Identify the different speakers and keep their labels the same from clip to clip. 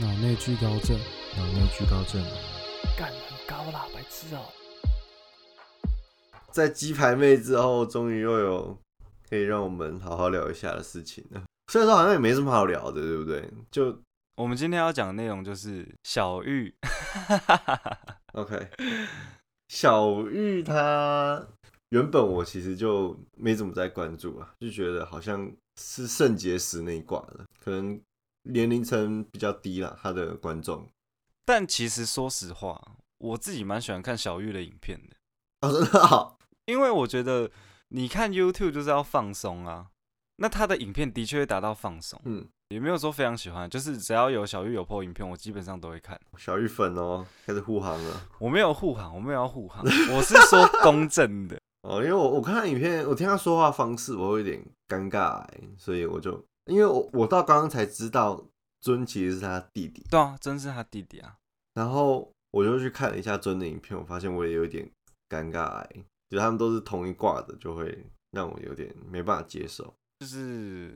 Speaker 1: 脑内聚高症。
Speaker 2: 脑内聚高症，
Speaker 3: 干很高啦，白痴哦、
Speaker 4: 在鸡排妹之后，终于又有可以让我们好好聊一下的事情了。虽然说好像也没什么好聊的，对不对？就
Speaker 2: 我们今天要讲的内容就是小玉，
Speaker 4: OK，小玉她原本我其实就没怎么在关注啊，就觉得好像是肾结石那一挂的，可能年龄层比较低啦，她的观众。
Speaker 2: 但其实说实话，我自己蛮喜欢看小玉的影片的，
Speaker 4: 哦，真的好，
Speaker 2: 因为我觉得你看 YouTube 就是要放松啊。那他的影片的确会达到放松，
Speaker 4: 嗯，
Speaker 2: 也没有说非常喜欢，就是只要有小玉有 PO 影片，我基本上都会看。
Speaker 4: 小玉粉哦，开始护航了。
Speaker 2: 我没有护航，我没有要护航，我是说公正的。
Speaker 4: 哦，因为我我看她影片，我听她说话方式，我会有点尴尬、欸，所以我就因为我我到刚刚才知道尊其实是她弟弟，
Speaker 2: 对啊，真是他弟弟啊。
Speaker 4: 然后我就去看了一下尊的影片，我发现我也有点尴尬、欸，觉得他们都是同一挂的，就会让我有点没办法接受。
Speaker 2: 就是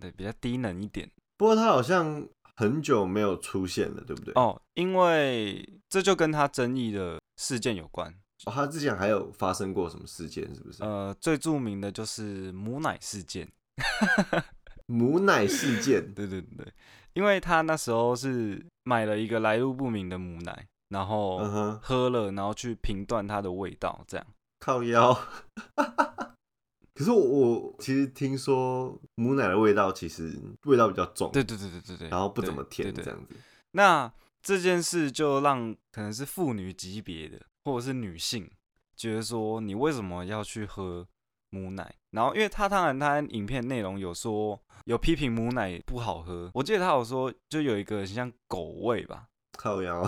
Speaker 2: 对比较低能一点
Speaker 4: 不过他好像很久没有出现了，对不对？哦，
Speaker 2: 哦，因为这就跟他争议的事件有关。
Speaker 4: 哦他之前还有发生过什么事件，是不是？
Speaker 2: 呃，最著名的就是母奶事件。，
Speaker 4: 母奶事件
Speaker 2: 对对对，因为他那时候是买了一个来路不明的母奶，然
Speaker 4: 嗯
Speaker 2: 后
Speaker 4: 哼，
Speaker 2: 喝了，然后去评断它的味道，这样。
Speaker 4: 靠腰。 可是我我其实听说母奶的味道其实味道比较重，
Speaker 2: 对对对对对对。
Speaker 4: 然后不
Speaker 2: 对
Speaker 4: 怎么甜
Speaker 2: 对对
Speaker 4: 这样子。
Speaker 2: 那这件事就让可能是妇女级别的或者是女性觉得说，你为什么要去喝母奶？然后，因为他当然他影片内容有说有批评母奶不好喝，我记得他有说就有一个很像狗味吧。
Speaker 4: 靠腰，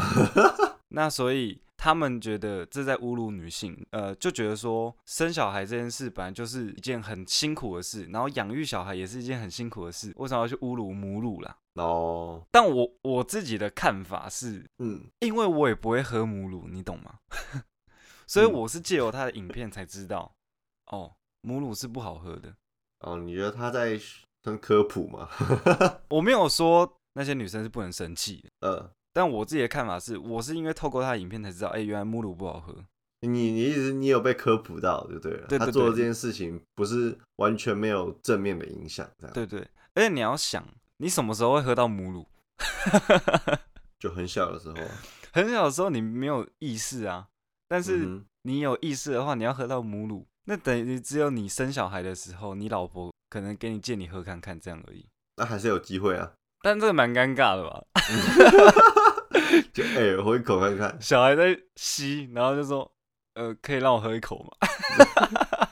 Speaker 2: 那所以他们觉得这在侮辱女性，呃，就觉得说生小孩这件事本来就是一件很辛苦的事，然后养育小孩也是一件很辛苦的事，为什么要去侮辱母乳啦？
Speaker 4: 哦，
Speaker 2: 但我我自己的看法是，
Speaker 4: 嗯，
Speaker 2: 因为我也不会喝母乳，你懂吗？ 所以
Speaker 4: 嗯
Speaker 2: 我是借由他的影片才知道，哦，母乳是不好喝的。
Speaker 4: 哦，你觉得他在算科普吗？
Speaker 2: 我没有说那些女生是不能生气的，
Speaker 4: 呃，
Speaker 2: 但我自己的看法是，我是因为透过他的影片才知道，哎、原来母乳不好喝。
Speaker 4: 你你一直你有被科普到就对了，
Speaker 2: 对对
Speaker 4: 他做的
Speaker 2: 对
Speaker 4: 这件事情不是完全没有正面的影响，这样
Speaker 2: 对对，而且你要想，你什么时候会喝到母乳？
Speaker 4: 就很小的时候啊，
Speaker 2: 很小的时候你没有意识啊，但是
Speaker 4: 嗯哼
Speaker 2: 你有意识的话，你要喝到母乳，那等于只有你生小孩的时候，你老婆可能给你借你喝看看这样而已。
Speaker 4: 那还是有机会啊，
Speaker 2: 但这个蛮尴尬的吧？
Speaker 4: 就哎、欸喝一口看看，
Speaker 2: 小孩在吸，然后就说：“呃，可以让我喝一口吗？”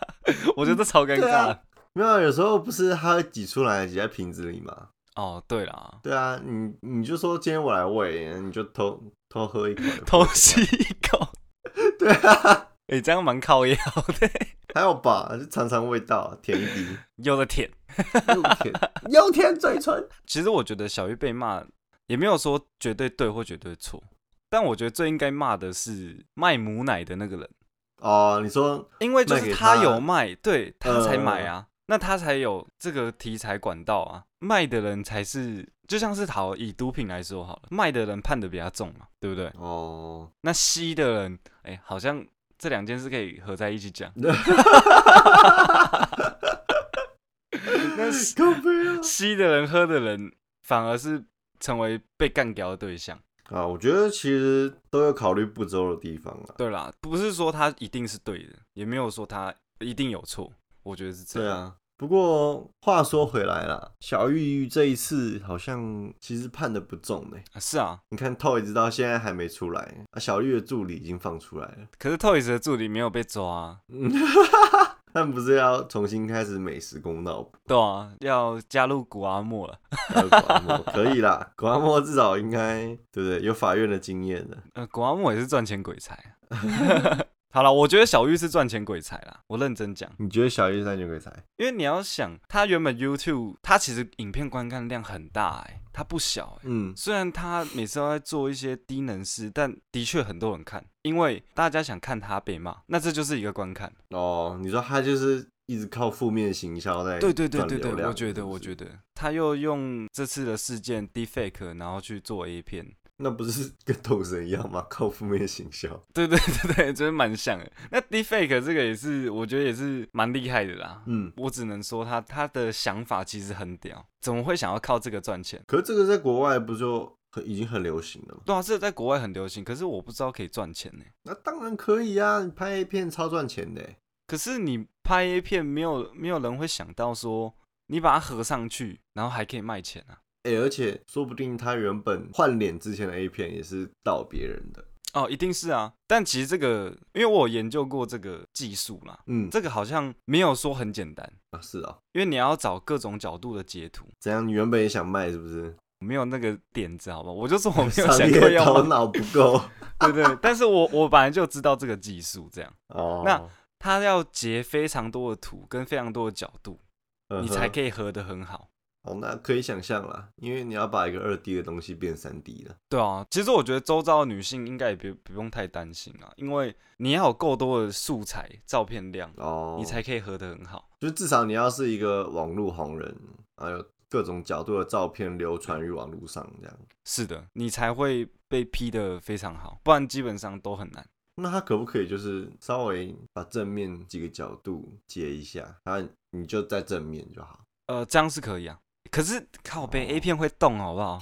Speaker 2: 我觉得超尴
Speaker 4: 对
Speaker 2: 尬。
Speaker 4: 啊没有啊，有时候不是它会挤出来挤在瓶子里嘛，
Speaker 2: 哦，对啦，
Speaker 4: 对啊，你你就说今天我来喂，你就偷偷喝一口，
Speaker 2: 偷吸一口，
Speaker 4: 对啊，
Speaker 2: 哎、这样蛮靠腰的，
Speaker 4: 还有吧，就尝尝味道，甜一滴，
Speaker 2: 有的舔。
Speaker 4: 又甜又甜嘴唇，
Speaker 2: 其实我觉得小玉被骂也没有说绝对对或绝对错，但我觉得最应该骂的是卖母奶的那个人，
Speaker 4: 哦，你说
Speaker 2: 因为就
Speaker 4: 卖
Speaker 2: 是
Speaker 4: 给
Speaker 2: 他
Speaker 4: 他
Speaker 2: 有卖，对他才买啊，那他才有这个题材管道啊，卖的人才是就像是好以毒品来说好了，卖的人判的比较重嘛，对不对？
Speaker 4: 哦，
Speaker 2: 那吸的人，哎、好像这两件事可以合在一起讲。那吸
Speaker 4: 够悲啊。
Speaker 2: 吸的人、喝的人，反而是成为被干掉的对象。
Speaker 4: 啊，我觉得其实都有考虑不周的地方啊啦。
Speaker 2: 对啦，不是说他一定是对的，也没有说他一定有错，我觉得是这
Speaker 4: 对
Speaker 2: 样。
Speaker 4: 啊，不过话说回来啦，小玉这一次好像其实判的不重呢、
Speaker 2: 啊是啊，
Speaker 4: 你看 Toys 到现在还没出来，啊、小玉的助理已经放出来了，
Speaker 2: 可是 Toys 的助理没有被抓、啊，
Speaker 4: 嗯，他们不是要重新开始美食公道补？
Speaker 2: 对啊，要加入古阿莫了。
Speaker 4: 还有古阿莫可以啦，古阿莫至少应该对不对？有法院的经验的，
Speaker 2: 呃，古阿莫也是赚钱鬼才啊。 好了，我觉得小玉是赚钱鬼才啦，我认真讲，
Speaker 4: 你觉得小玉三权鬼才？
Speaker 2: 因为你要想，他原本 YouTube 他其实影片观看量很大哎、他不小哎、
Speaker 4: 嗯，
Speaker 2: 虽然他每次都在做一些低能事，但的确很多人看，因为大家想看他被骂，那这就是一个观看。
Speaker 4: 哦，你说他就是一直靠负面行销在
Speaker 2: 对对对
Speaker 4: 赚
Speaker 2: 对
Speaker 4: 流
Speaker 2: 对，
Speaker 4: 量
Speaker 2: 我觉得，我
Speaker 4: 得
Speaker 2: 觉得他又用这次的事件 defake，然后去做 A 片，
Speaker 4: 那不是 跟董神一样吗？靠负面行销，
Speaker 2: 对对对对，真的蛮像的。那 defake 这个也是，我觉得也是蛮厉害的啦。
Speaker 4: 嗯，
Speaker 2: 我只能说他他的想法其实很屌，怎么会想要靠这个赚钱？
Speaker 4: 可是这个在国外不就很已经很流行了吗？
Speaker 2: 对啊，这个在国外很流行，可是我不知道可以赚钱呢、
Speaker 4: 那当然可以啊，你拍 A 片超赚钱的欸。
Speaker 2: 可是你拍 A 片，没有没有人会想到说你把它合上去，然后还可以卖钱啊。
Speaker 4: 哎、而且说不定他原本换脸之前的 A 片也是盗别人的，
Speaker 2: 哦，一定是啊。但其实这个，因为我有研究过这个技术啦，
Speaker 4: 嗯，
Speaker 2: 这个好像没有说很简单，
Speaker 4: 啊是啊、
Speaker 2: 因为你要找各种角度的截图，
Speaker 4: 怎样？你原本也想卖是不是？
Speaker 2: 没有那个点子，好吧？我就说我没 有
Speaker 4: 商
Speaker 2: 想过
Speaker 4: 业
Speaker 2: 要
Speaker 4: 头
Speaker 2: 卖，
Speaker 4: 脑不 够
Speaker 2: 对对。但是我我本来就知道这个技术，这样
Speaker 4: 哦。
Speaker 2: 那它要截非常多的图跟非常多的角度，
Speaker 4: 那
Speaker 2: 你才
Speaker 4: 以。
Speaker 2: 可以合得很好。
Speaker 4: 哦，那可以想象啦，因为你要把一个二 D 的东西变三 D 了。
Speaker 2: 对啊，其实我觉得周遭的女性应该也别不用太担心啊，因为你要有够多的素材、照片量，
Speaker 4: 哦，
Speaker 2: 你才可以合得很好。
Speaker 4: 就至少你要是一个网络红人，还有各种角度的照片流传于网络上这样。
Speaker 2: 是的，你才会被 P 的非常好，不然基本上都很难。
Speaker 4: 那他可不可以就是稍微把正面几个角度截一下，然后你就在正面就好？
Speaker 2: 呃，这样是可以啊，可是靠背
Speaker 4: 哦
Speaker 2: A 片会动，好不好？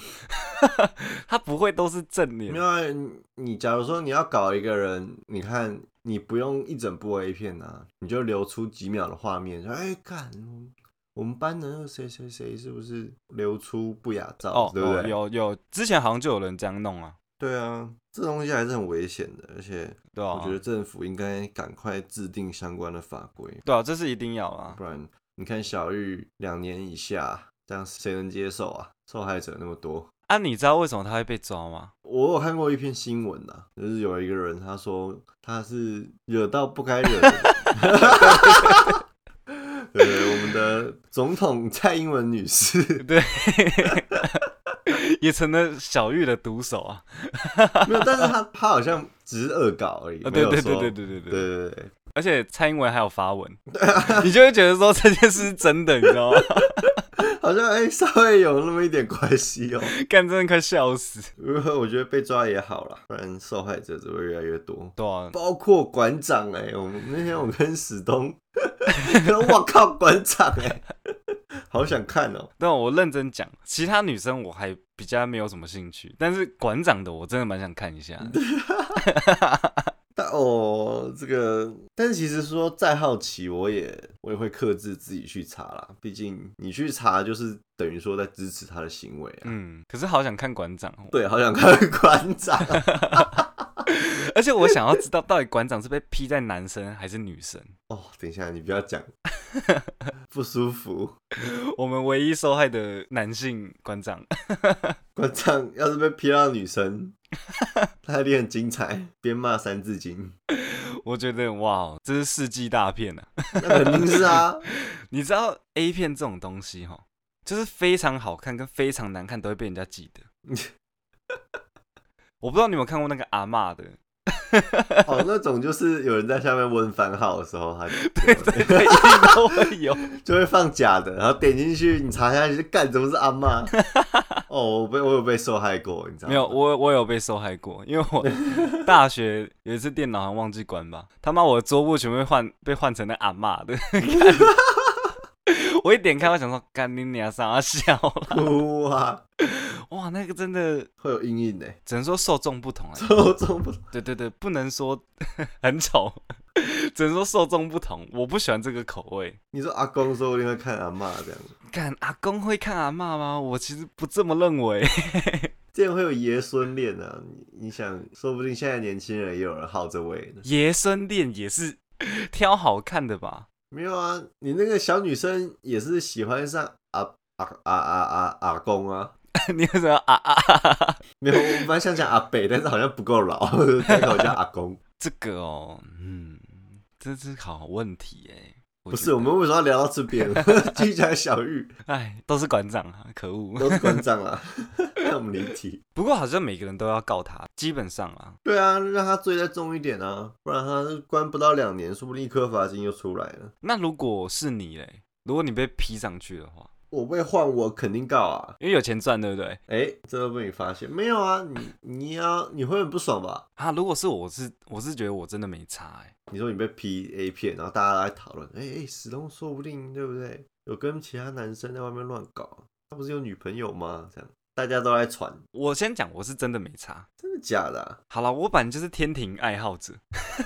Speaker 2: 它不会都是正脸
Speaker 4: 没有，啊，你你假如说你要搞一个人，你看你不用一整部 A 片啊，你就留出几秒的画面，说哎，看我们班的那个谁谁谁是不是流出不雅照，
Speaker 2: 哦，
Speaker 4: 对不对？
Speaker 2: 哦有有，之前好像就有人这样弄啊，
Speaker 4: 对啊，这东西还是很危险的，而且
Speaker 2: 对啊，
Speaker 4: 我觉得政府应该赶快制定相关的法规，
Speaker 2: 对啊，这是一定要啊
Speaker 4: 不。然你看小玉两年以下，这样谁能接受啊？受害者那么多。
Speaker 2: 啊，你知道为什么他会被抓吗？
Speaker 4: 我有看过一篇新闻呐、就是有一个人他说他是惹到不该惹 的人，对对，我们的总统蔡英文女士，
Speaker 2: 对，也成了小玉的毒手啊。
Speaker 4: 没有，但是她她好像只是恶搞而已，没
Speaker 2: 啊，对
Speaker 4: 有
Speaker 2: 对
Speaker 4: 说
Speaker 2: 对对对对对，
Speaker 4: 对啊对对，
Speaker 2: 而且蔡英文还有发文， 你就会觉得说这件事是真的，你知道吗？
Speaker 4: 好像哎、稍微有那么一点关系哦。
Speaker 2: 干真的快笑死。
Speaker 4: 如果我觉得被抓也好啦，不然受害者只会越来越多，
Speaker 2: 对啊，
Speaker 4: 包括馆长哎、我们那天我跟史东， 我靠，馆长哎、好想看哦、
Speaker 2: 但我认真讲，其他女生我还比较没有什么兴趣，但是馆长的我真的蛮想看一下 的。
Speaker 4: 但哦，这个，但是其实说再好奇，我也我也会克制自己去查啦，毕竟你去查就是等于说在支持他的行为啊。
Speaker 2: 嗯，可是好想看馆长哦，
Speaker 4: 对，好想看馆长，
Speaker 2: 而且我想要知道到底馆长是被劈在男生还是女生。
Speaker 4: 哦，等一下，你不要讲，不舒服。
Speaker 2: 我们唯一受害的男性馆长，
Speaker 4: 馆长要是被批到女生，他一定很精彩，边骂《三字经
Speaker 2: 我觉得哇，哦这是世纪大片啊！》，
Speaker 4: 那肯定是啊。
Speaker 2: 你知道 A 片这种东西哈，就是非常好看跟非常难看都会被人家记得。我不知道你有没有看过那个阿嬷的，
Speaker 4: 哦，那种就是有人在下面问番号的时候，他
Speaker 2: 对对对，一定都会有。
Speaker 4: 就会放假的，然后点进去，你查下去，干怎么是阿 妈？哦，我被我有被受害过，你知道吗？
Speaker 2: 没有，我我有被受害过，因为我大学有一次电脑好像忘记关吧，他妈我的桌布全部被换被换成那阿嬷的。 我一点开，我想说，干你娘上啊笑了，
Speaker 4: 哭啊，
Speaker 2: 哇，那个真的
Speaker 4: 会有阴影呢。
Speaker 2: 只能说受众不同啊，
Speaker 4: 周中不
Speaker 2: 对对对，不能说很丑，只能说受众不同。我不喜欢这个口味。
Speaker 4: 你说阿公说不定会看阿妈这样，
Speaker 2: 干阿公会看阿嬷吗？我其实不这么认为。
Speaker 4: 这样会有爷孙恋啊。你你想，说不定现在年轻人也有人好这味呢。
Speaker 2: 爷孙恋也是挑好看的吧？
Speaker 4: 没有啊，你那个小女生也是喜欢上阿阿阿阿阿阿公啊。
Speaker 2: 你为什么要啊啊啊啊啊？
Speaker 4: 没有，我本来想讲阿北，但是好像不够老， 改口叫阿公。
Speaker 2: 这个哦，嗯，这是好问题哎。
Speaker 4: 不
Speaker 2: 觉
Speaker 4: 是，
Speaker 2: 得
Speaker 4: 我们，为什么要聊到 这边？继续讲小玉，
Speaker 2: 哎，都是馆长啊，可恶。
Speaker 4: 都是馆长啊。 我们离题。
Speaker 2: 不过好像每个人都要告他，基本上啊，
Speaker 4: 对啊，让他罪再重一点啊，不然他关不到两年，说不定一颗罚金就出来了。
Speaker 2: 那如果是你嘞，如果你被批上去的话，
Speaker 4: 我被换，我肯定告啊！
Speaker 2: 因为有钱赚，对不对？
Speaker 4: 哎，这都被你发现没有啊？你你要你会很不爽吧？
Speaker 2: 啊，如果是我是我是觉得我真的没差哎、
Speaker 4: 你说你被 P A 骗，然后大家来讨论，哎哎，史东说不定对不对？有跟其他男生在外面乱搞，他不是有女朋友吗？这样大家都来传，
Speaker 2: 我先讲，我是真的没差。
Speaker 4: 真的假的、啊？
Speaker 2: 好了，我本来就是天庭爱好者，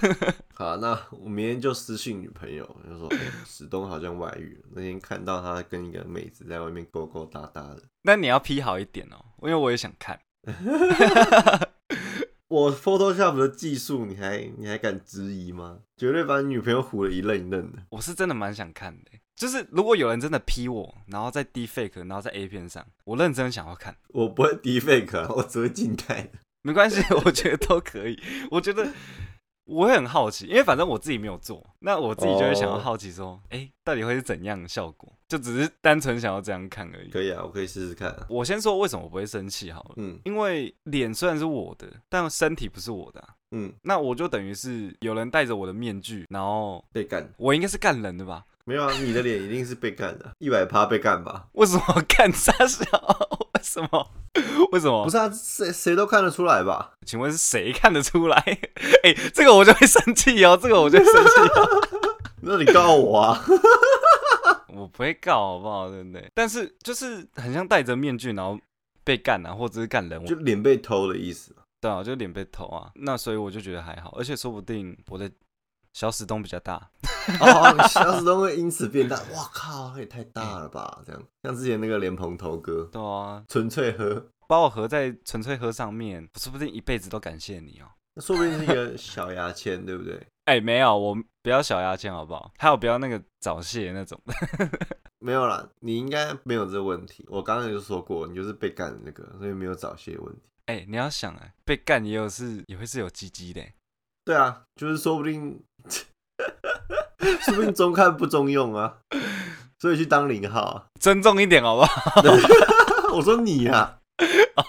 Speaker 4: 好，那我明天就私信女朋友，就说、哎 史东好像外遇了，那天看到他跟一个妹子在外面勾勾搭搭的。
Speaker 2: 那你要批好一点哦、因为我也想看。
Speaker 4: 我 Photoshop 的技术，你还你还敢质疑吗？绝对把你女朋友唬得一愣一愣的。
Speaker 2: 我是真的蛮想看的欸、就是如果有人真的批我，然后在 D fake，然后在 A 片上，我认真想要看，
Speaker 4: 我不会 d f a k 啊，我只会静态的。
Speaker 2: 没关系， 我觉得都可以。我觉得我会很好奇，因为反正我自己没有做，那我自己就会想要
Speaker 4: 哦
Speaker 2: 好奇说，哎、到底会是怎样的效果？就只是单纯想要这样看而已。
Speaker 4: 可以啊，我可以试试看、啊。
Speaker 2: 我先说为什么我不会生气好了，
Speaker 4: 嗯
Speaker 2: 因为脸虽然是我的，但身体不是我的啊、
Speaker 4: 嗯，
Speaker 2: 那我就等于是有人戴着我的面具，然后
Speaker 4: 被干
Speaker 2: 我应该是干人的吧？
Speaker 4: 没有啊？你的脸一定是被干的，一百趴被干吧？
Speaker 2: 为什么干傻笑？ 为什么？为什么？
Speaker 4: 不是啊，谁谁都看得出来吧？
Speaker 2: 请问是谁看得出来？ 哎、这个我就会生气哦，这个我就会生气 哦、
Speaker 4: 那你告我啊？
Speaker 2: 我不会告好不好？对不对？但是就是很像戴着面具，然后被干啊，或者是干人，我
Speaker 4: 就脸被偷的意思。
Speaker 2: 对啊，就脸被投啊。那所以我就觉得还好，而且说不定我的小史东比较大，
Speaker 4: 哦，你小时都会因此变大。哇靠，也太大了吧？这样，像之前那个莲蓬头哥，
Speaker 2: 对啊，
Speaker 4: 纯粹喝，
Speaker 2: 把我合在纯粹喝上面，我说不定一辈子都感谢你哦。
Speaker 4: 那说不定是一个小牙签，对不对？
Speaker 2: 哎、没有，我不要小牙签好不好？还有不要那个早泄那种。
Speaker 4: 没有啦，你应该没有这个问题。我刚刚就说过，你就是被干的那个，所以没有早泄问题。
Speaker 2: 哎、你要想哎、被干也有是也会是有鸡鸡的欸、
Speaker 4: 对啊，就是说不定， 说不定中看不中用啊，所以去当零号、啊。
Speaker 2: 尊重一点好不 好？
Speaker 4: 我说你啊，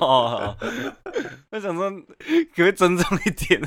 Speaker 2: 哦， 我想说，可不可以尊重一点？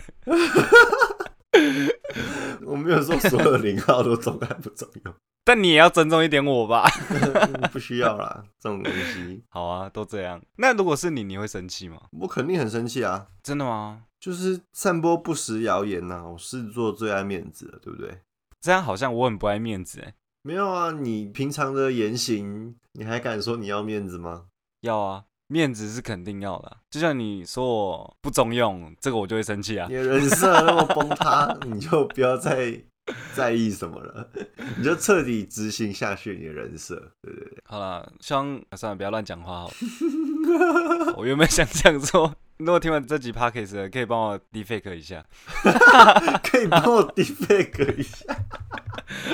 Speaker 4: 我没有说所有零号都中看不中用，
Speaker 2: 但你也要尊重一点我吧。
Speaker 4: 不需要啦，这种东西
Speaker 2: 好啊，都这样。那如果是你，你会生气吗？
Speaker 4: 我肯定很生气啊。
Speaker 2: 真的吗？
Speaker 4: 就是散播不实谣言呐、我狮子座最爱面子了，对不对？
Speaker 2: 这样好像我很不爱面子哎、
Speaker 4: 没有啊，你平常的言行，你还敢说你要面子吗？
Speaker 2: 要啊，面子是肯定要的啊、就像你说我不中用，这个我就会生气啊
Speaker 4: 你。的人设那么崩塌， 你就不要再在意什么了，你就彻底执行下去你的人设，对不对？
Speaker 2: 好啦，希望啊算了，不要乱讲话好了。 我原本想讲说，如果听完这集 podcast 的可以帮我 defake 一下。
Speaker 4: 可以帮我 defake 一下。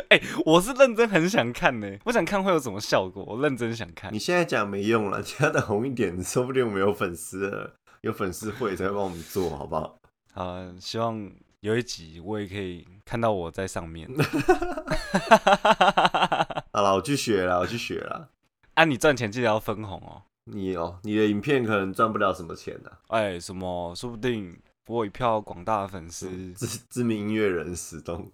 Speaker 2: 哎、我是认真很想看呢、我想看会有什么效果，我认真想看
Speaker 4: 你。现在讲没用了，你要等红一点，说不定我们有粉丝了，有粉丝会才会帮我们做好不好？
Speaker 2: 好啊，希望有一集我也可以看到我在上 面。
Speaker 4: 好了，我去学了，我去学了。
Speaker 2: 啊，你赚钱记得要分红哦。
Speaker 4: 你哦，你的影片可能赚不了什么钱呐、
Speaker 2: 哎、什么？说不定我有一票广大的粉丝。
Speaker 4: 知 知名音乐人史东，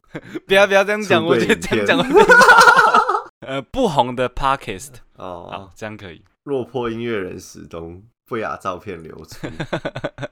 Speaker 2: 不要不要这样讲，
Speaker 4: 出
Speaker 2: 我
Speaker 4: 柜
Speaker 2: 觉得这样
Speaker 4: 影片
Speaker 2: 讲 会被骂呃，不红的 podcast，
Speaker 4: 哦
Speaker 2: 好，，这样可以。
Speaker 4: 落魄音乐人史东不雅照片流出，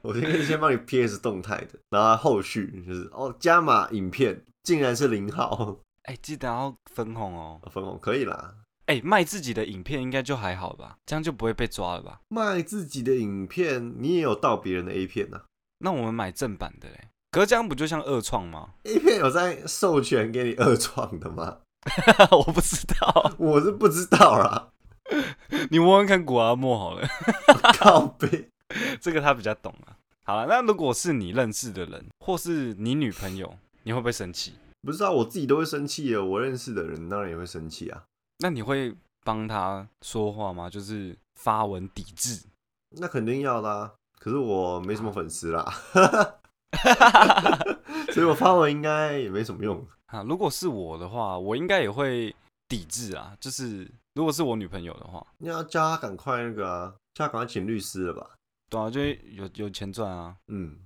Speaker 4: 我先先帮你 PS 动态的，然后后续就是哦加码影片竟然是零号，
Speaker 2: 哎、记得要分红哦。
Speaker 4: 分红可以啦，
Speaker 2: 哎、卖自己的影片应该就还好吧，这样就不会被抓了吧？
Speaker 4: 卖自己的影片你也有盗别人的 A 片呐、啊
Speaker 2: 那我们买正版的嘞，可是这样不就像恶创吗？
Speaker 4: a 片有在授权给你二创的吗？
Speaker 2: 我不知道，
Speaker 4: 我是不知道啦，
Speaker 2: 你问问看古阿莫好了，
Speaker 4: 靠背。
Speaker 2: 这个他比较懂啊。好了，那如果是你认识的人，或是你女朋友，你会不会生气？
Speaker 4: 不知道我自己都会生气耶，我认识的人当然也会生气啊。
Speaker 2: 那你会帮他说话吗？就是发文抵制？
Speaker 4: 那肯定要啦。可是我没什么粉丝啦，所以我发文应该也没什么用。
Speaker 2: 啊，如果是我的话，我应该也会抵制啊。就是如果是我女朋友的话，
Speaker 4: 你要叫他赶快那个啊，叫他赶快请律师了吧？
Speaker 2: 对啊，就有有钱赚啊。
Speaker 4: 嗯，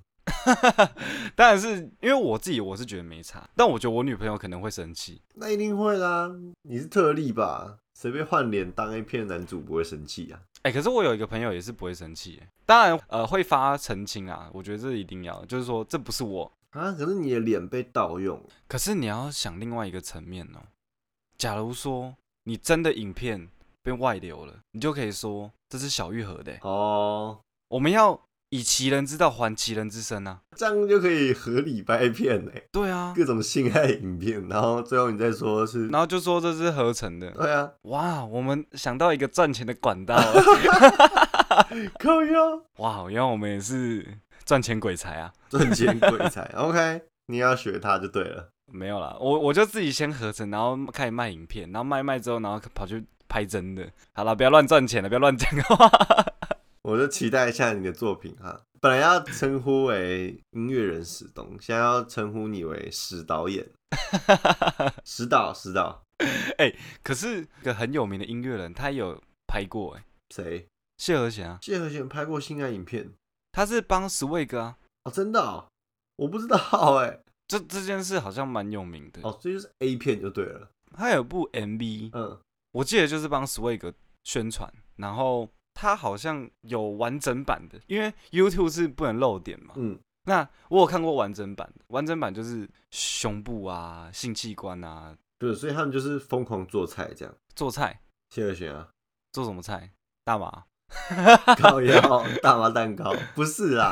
Speaker 2: 当然是因为我自己我是觉得没差，但我觉得我女朋友可能会生气。
Speaker 4: 那一定会啦，你是特例吧？随便换脸当 A 片男主不会生气啊？
Speaker 2: 哎、可是我有一个朋友也是不会生气耶，当然呃会发澄清啊，我觉得这一定要，就是说这不是我。
Speaker 4: 啊，可是你的脸被盗用，
Speaker 2: 可是你要想另外一个层面哦，假如说你真的影片被外流了，你就可以说这是小玉和的耶，欸
Speaker 4: 哦，
Speaker 2: 我们要以其人之道还其人之身啊。
Speaker 4: 这样就可以合理拍片哎、
Speaker 2: 对啊，
Speaker 4: 各种性爱影片，然后最后你再说是，
Speaker 2: 然后就说这是合成的，
Speaker 4: 对啊，
Speaker 2: 哇，我们想到一个赚钱的管道了，
Speaker 4: 靠腰
Speaker 2: 哇，原来我们也是赚钱鬼才啊。
Speaker 4: 赚钱鬼才，OK，你要学他就对了。
Speaker 2: 没有啦，我我就自己先合成，然后开始卖影片，然后卖卖之后，然后跑去拍真的。好了，不要乱赚钱了，不要乱讲话。
Speaker 4: 我就期待一下你的作品哈。本来要称呼为音乐人史东，现在要称呼你为史导演，史导史导
Speaker 2: 可是一个很有名的音乐人，他也有拍过哎、
Speaker 4: 谁？
Speaker 2: 谢和弦啊，
Speaker 4: 谢和弦拍过性爱影片
Speaker 2: 他是帮 Swag 啊，
Speaker 4: 哦，真的、哦？我不知道哎、
Speaker 2: 这这件事好像蛮有名的。
Speaker 4: 哦，这就是 A 片就对了。
Speaker 2: 他有部 MV，
Speaker 4: 嗯，
Speaker 2: 我记得就是帮 Swag 宣传，然后他好像有完整版的，因为 YouTube 是不能露点嘛。
Speaker 4: 嗯，
Speaker 2: 那我有看过完整版的，完整版就是胸部啊、性器官啊、
Speaker 4: 对，所以他们就是疯狂做菜这样。
Speaker 2: 做菜。
Speaker 4: 谢和弦啊，
Speaker 2: 做什么菜？大麻。
Speaker 4: 高腰大麻蛋糕不是啦，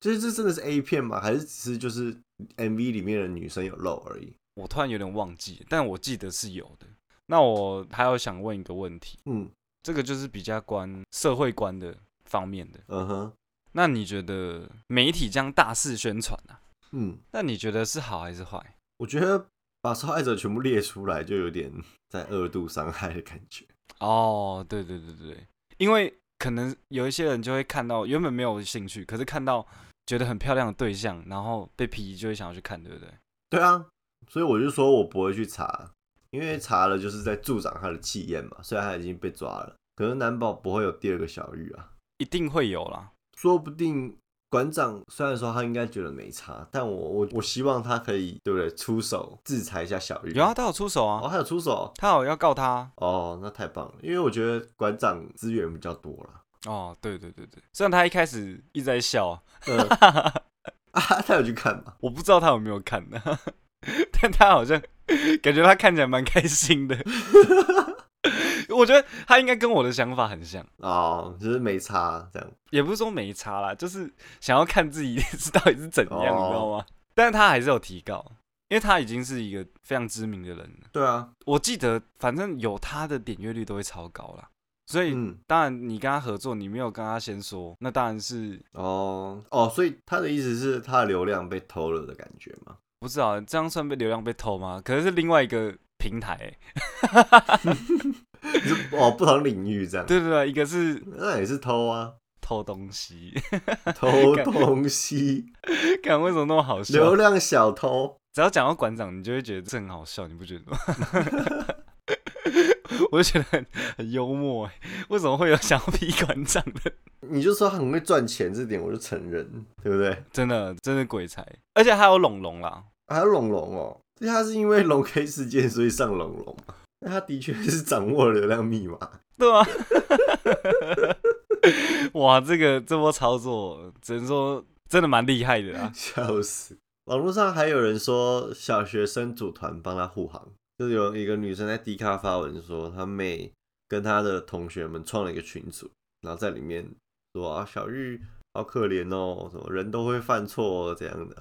Speaker 4: 就是这真的是 A 片吗？还是只是就是 MV 里面的女生有露而已？
Speaker 2: 我突然有点忘记，但我记得是有的。那我还有想问一个问题，
Speaker 4: 嗯
Speaker 2: 这个就是比较关社会观的方面的。
Speaker 4: 嗯哼
Speaker 2: 那你觉得媒体将大肆宣传啊？
Speaker 4: 嗯。
Speaker 2: 那你觉得是好还是坏？
Speaker 4: 我觉得把受害者全部列出来，就有点 在二度伤害的感觉。
Speaker 2: 哦，对对对对，因为可能有一些人就会看到原本没有兴趣，可是看到觉得很漂亮的对象，然后被批就会想要去看，对不对？
Speaker 4: 对啊，所以我就说我不会去查，因为查了就是在助长他的气焰嘛。虽然他已经被抓了，可是难保不会有第二个小玉啊。
Speaker 2: 一定会有啦。
Speaker 4: 说不定馆长虽然说他应该觉得没差，但我我我希望他可以对不对出手制裁一下小玉。
Speaker 2: 有啊，他有出手
Speaker 4: 哦，
Speaker 2: 啊，
Speaker 4: 还有出手
Speaker 2: 他有要告他啊、
Speaker 4: 哦，那太棒了，因为我觉得馆长资源比较多了。
Speaker 2: 哦，对对对对，虽然他一开始一直在 笑啊，
Speaker 4: 嗯啊，他有去看吗？
Speaker 2: 我不知道他有没有看呢、 但他好像感觉他看起来蛮开心 的。我觉得他应该跟我的想法很像，
Speaker 4: 哦，就是没差这样。
Speaker 2: 也不是说没差啦，就是想要看自己 是到底是怎样，
Speaker 4: 哦
Speaker 2: 你知道吗？但是他还是有提高，因为他已经是一个非常知名的人了。
Speaker 4: 对啊，
Speaker 2: 我记得反正有他的点阅率都会超高啦，所以、
Speaker 4: 嗯，
Speaker 2: 当然你跟他合作，你没有跟他先说，那当然是
Speaker 4: 哦哦，所以他的意思是他的流量被偷了的感觉吗？
Speaker 2: 不知道这样算被流量被偷吗？可能是另外一个平台、 欸，
Speaker 4: 你是哦，不同领域这样，
Speaker 2: 对对对，一个是
Speaker 4: 那也是偷啊，
Speaker 2: 偷东西，
Speaker 4: 偷东西，
Speaker 2: 看为什么那么好笑？
Speaker 4: 流量小偷。
Speaker 2: 只要讲到馆长，你就会觉得这很好笑，你不觉得吗？ 我就觉得很很幽默哎，为什么会有想要批馆长的？
Speaker 4: 你就说他很会赚钱这点，我就承认，对不对？
Speaker 2: 真的，真的鬼才，而且还有龙龙啦，
Speaker 4: 还有龙龙哦，所以他是因为龙 K 事件所以上龙龙嘛，那他的确是掌握了流量密码。
Speaker 2: 对吧？ 哇，这个这波操作，只能说真的蛮厉害的啊啦。
Speaker 4: 笑死！网络上还有人说小学生组团帮他护航，就是有一个女生在 D 咖发文说，她妹跟她的同学们创了一个群组，然后在里面说啊小玉好可怜哦，什么人都会犯错、哦、这样的，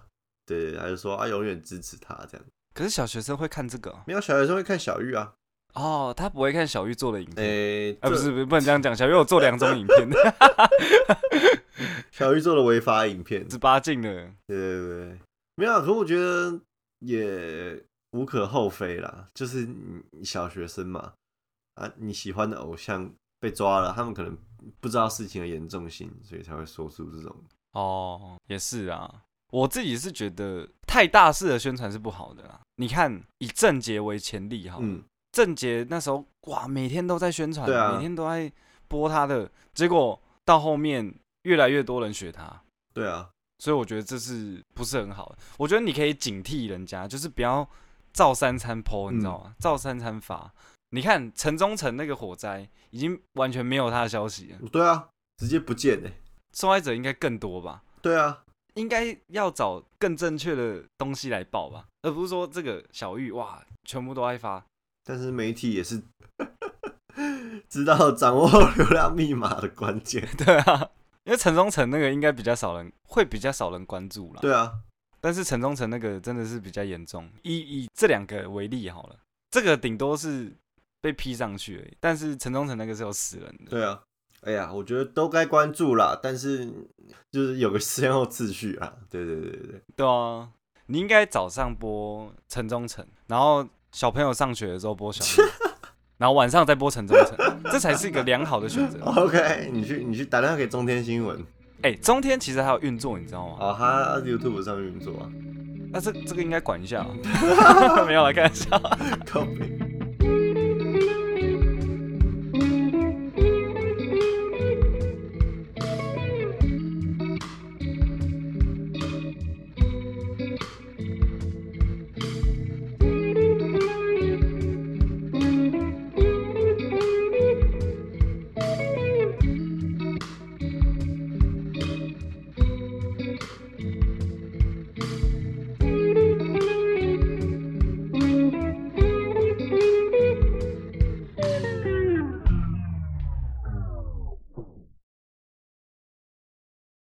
Speaker 4: 对，还是说啊永远支持她这样。
Speaker 2: 可是小学生会看这个哦
Speaker 4: 没有小学生会看小玉啊，
Speaker 2: 哦，他不会看小玉做的影片。
Speaker 4: 诶、
Speaker 2: 啊，不
Speaker 4: 哎这
Speaker 2: 是，不是，不能这样讲。小玉我做两种影片，
Speaker 4: 小玉做的违法影片，
Speaker 2: 十八禁的，
Speaker 4: 对对对对，没有啊，可是我觉得也无可厚非啦，就是你你小学生嘛，啊，你喜欢的偶像被抓了，他们可能不知道事情的严重性，所以才会说出这种。
Speaker 2: 哦，也是啊，我自己是觉得太大肆的宣传是不好的啦。你看，以郑杰为前例哈，
Speaker 4: 嗯，
Speaker 2: 郑杰那时候哇，每天都在宣传，
Speaker 4: 对啊
Speaker 2: 每天都在播他的，结果到后面越来越多人学他，
Speaker 4: 对啊，
Speaker 2: 所以我觉得这是不是很好的？我觉得你可以警惕人家，就是不要照三餐剖，你知道吗？照三餐发。你看城中城那个火灾，已经完全没有他的消息了，
Speaker 4: 对啊，直接不见哎、
Speaker 2: 受害者应该更多吧？
Speaker 4: 对啊，
Speaker 2: 应该要找更正确的东西来报吧，而不是说这个小玉哇，全部都爱发。
Speaker 4: 但是媒体也是 知道掌握流量密码的关键，
Speaker 2: 对啊，因为城中城那个应该比较少人，会比较少人关注啦。
Speaker 4: 对啊，
Speaker 2: 但是城中城那个真的是比较严重。以以这两个为例好了，这个顶多是被 P 上去而已，但是城中城那个是有死人的。
Speaker 4: 对啊，哎呀，我觉得都该关注啦，但是就是有个 先后次序啊，对对对对对，
Speaker 2: 对啊，你应该早上播城中城，然后小朋友上学的时候播小 玉，然后晚上再播城中城，这才是一个良好的选择。
Speaker 4: OK，你去你去打电话给中天新闻，
Speaker 2: 哎、中天其实还有运作，你知道吗？
Speaker 4: 哦，他 YouTube 上运作啊，
Speaker 2: 啊 那、这这个应该管一下、哦。没有啦，开玩笑。
Speaker 4: 靠北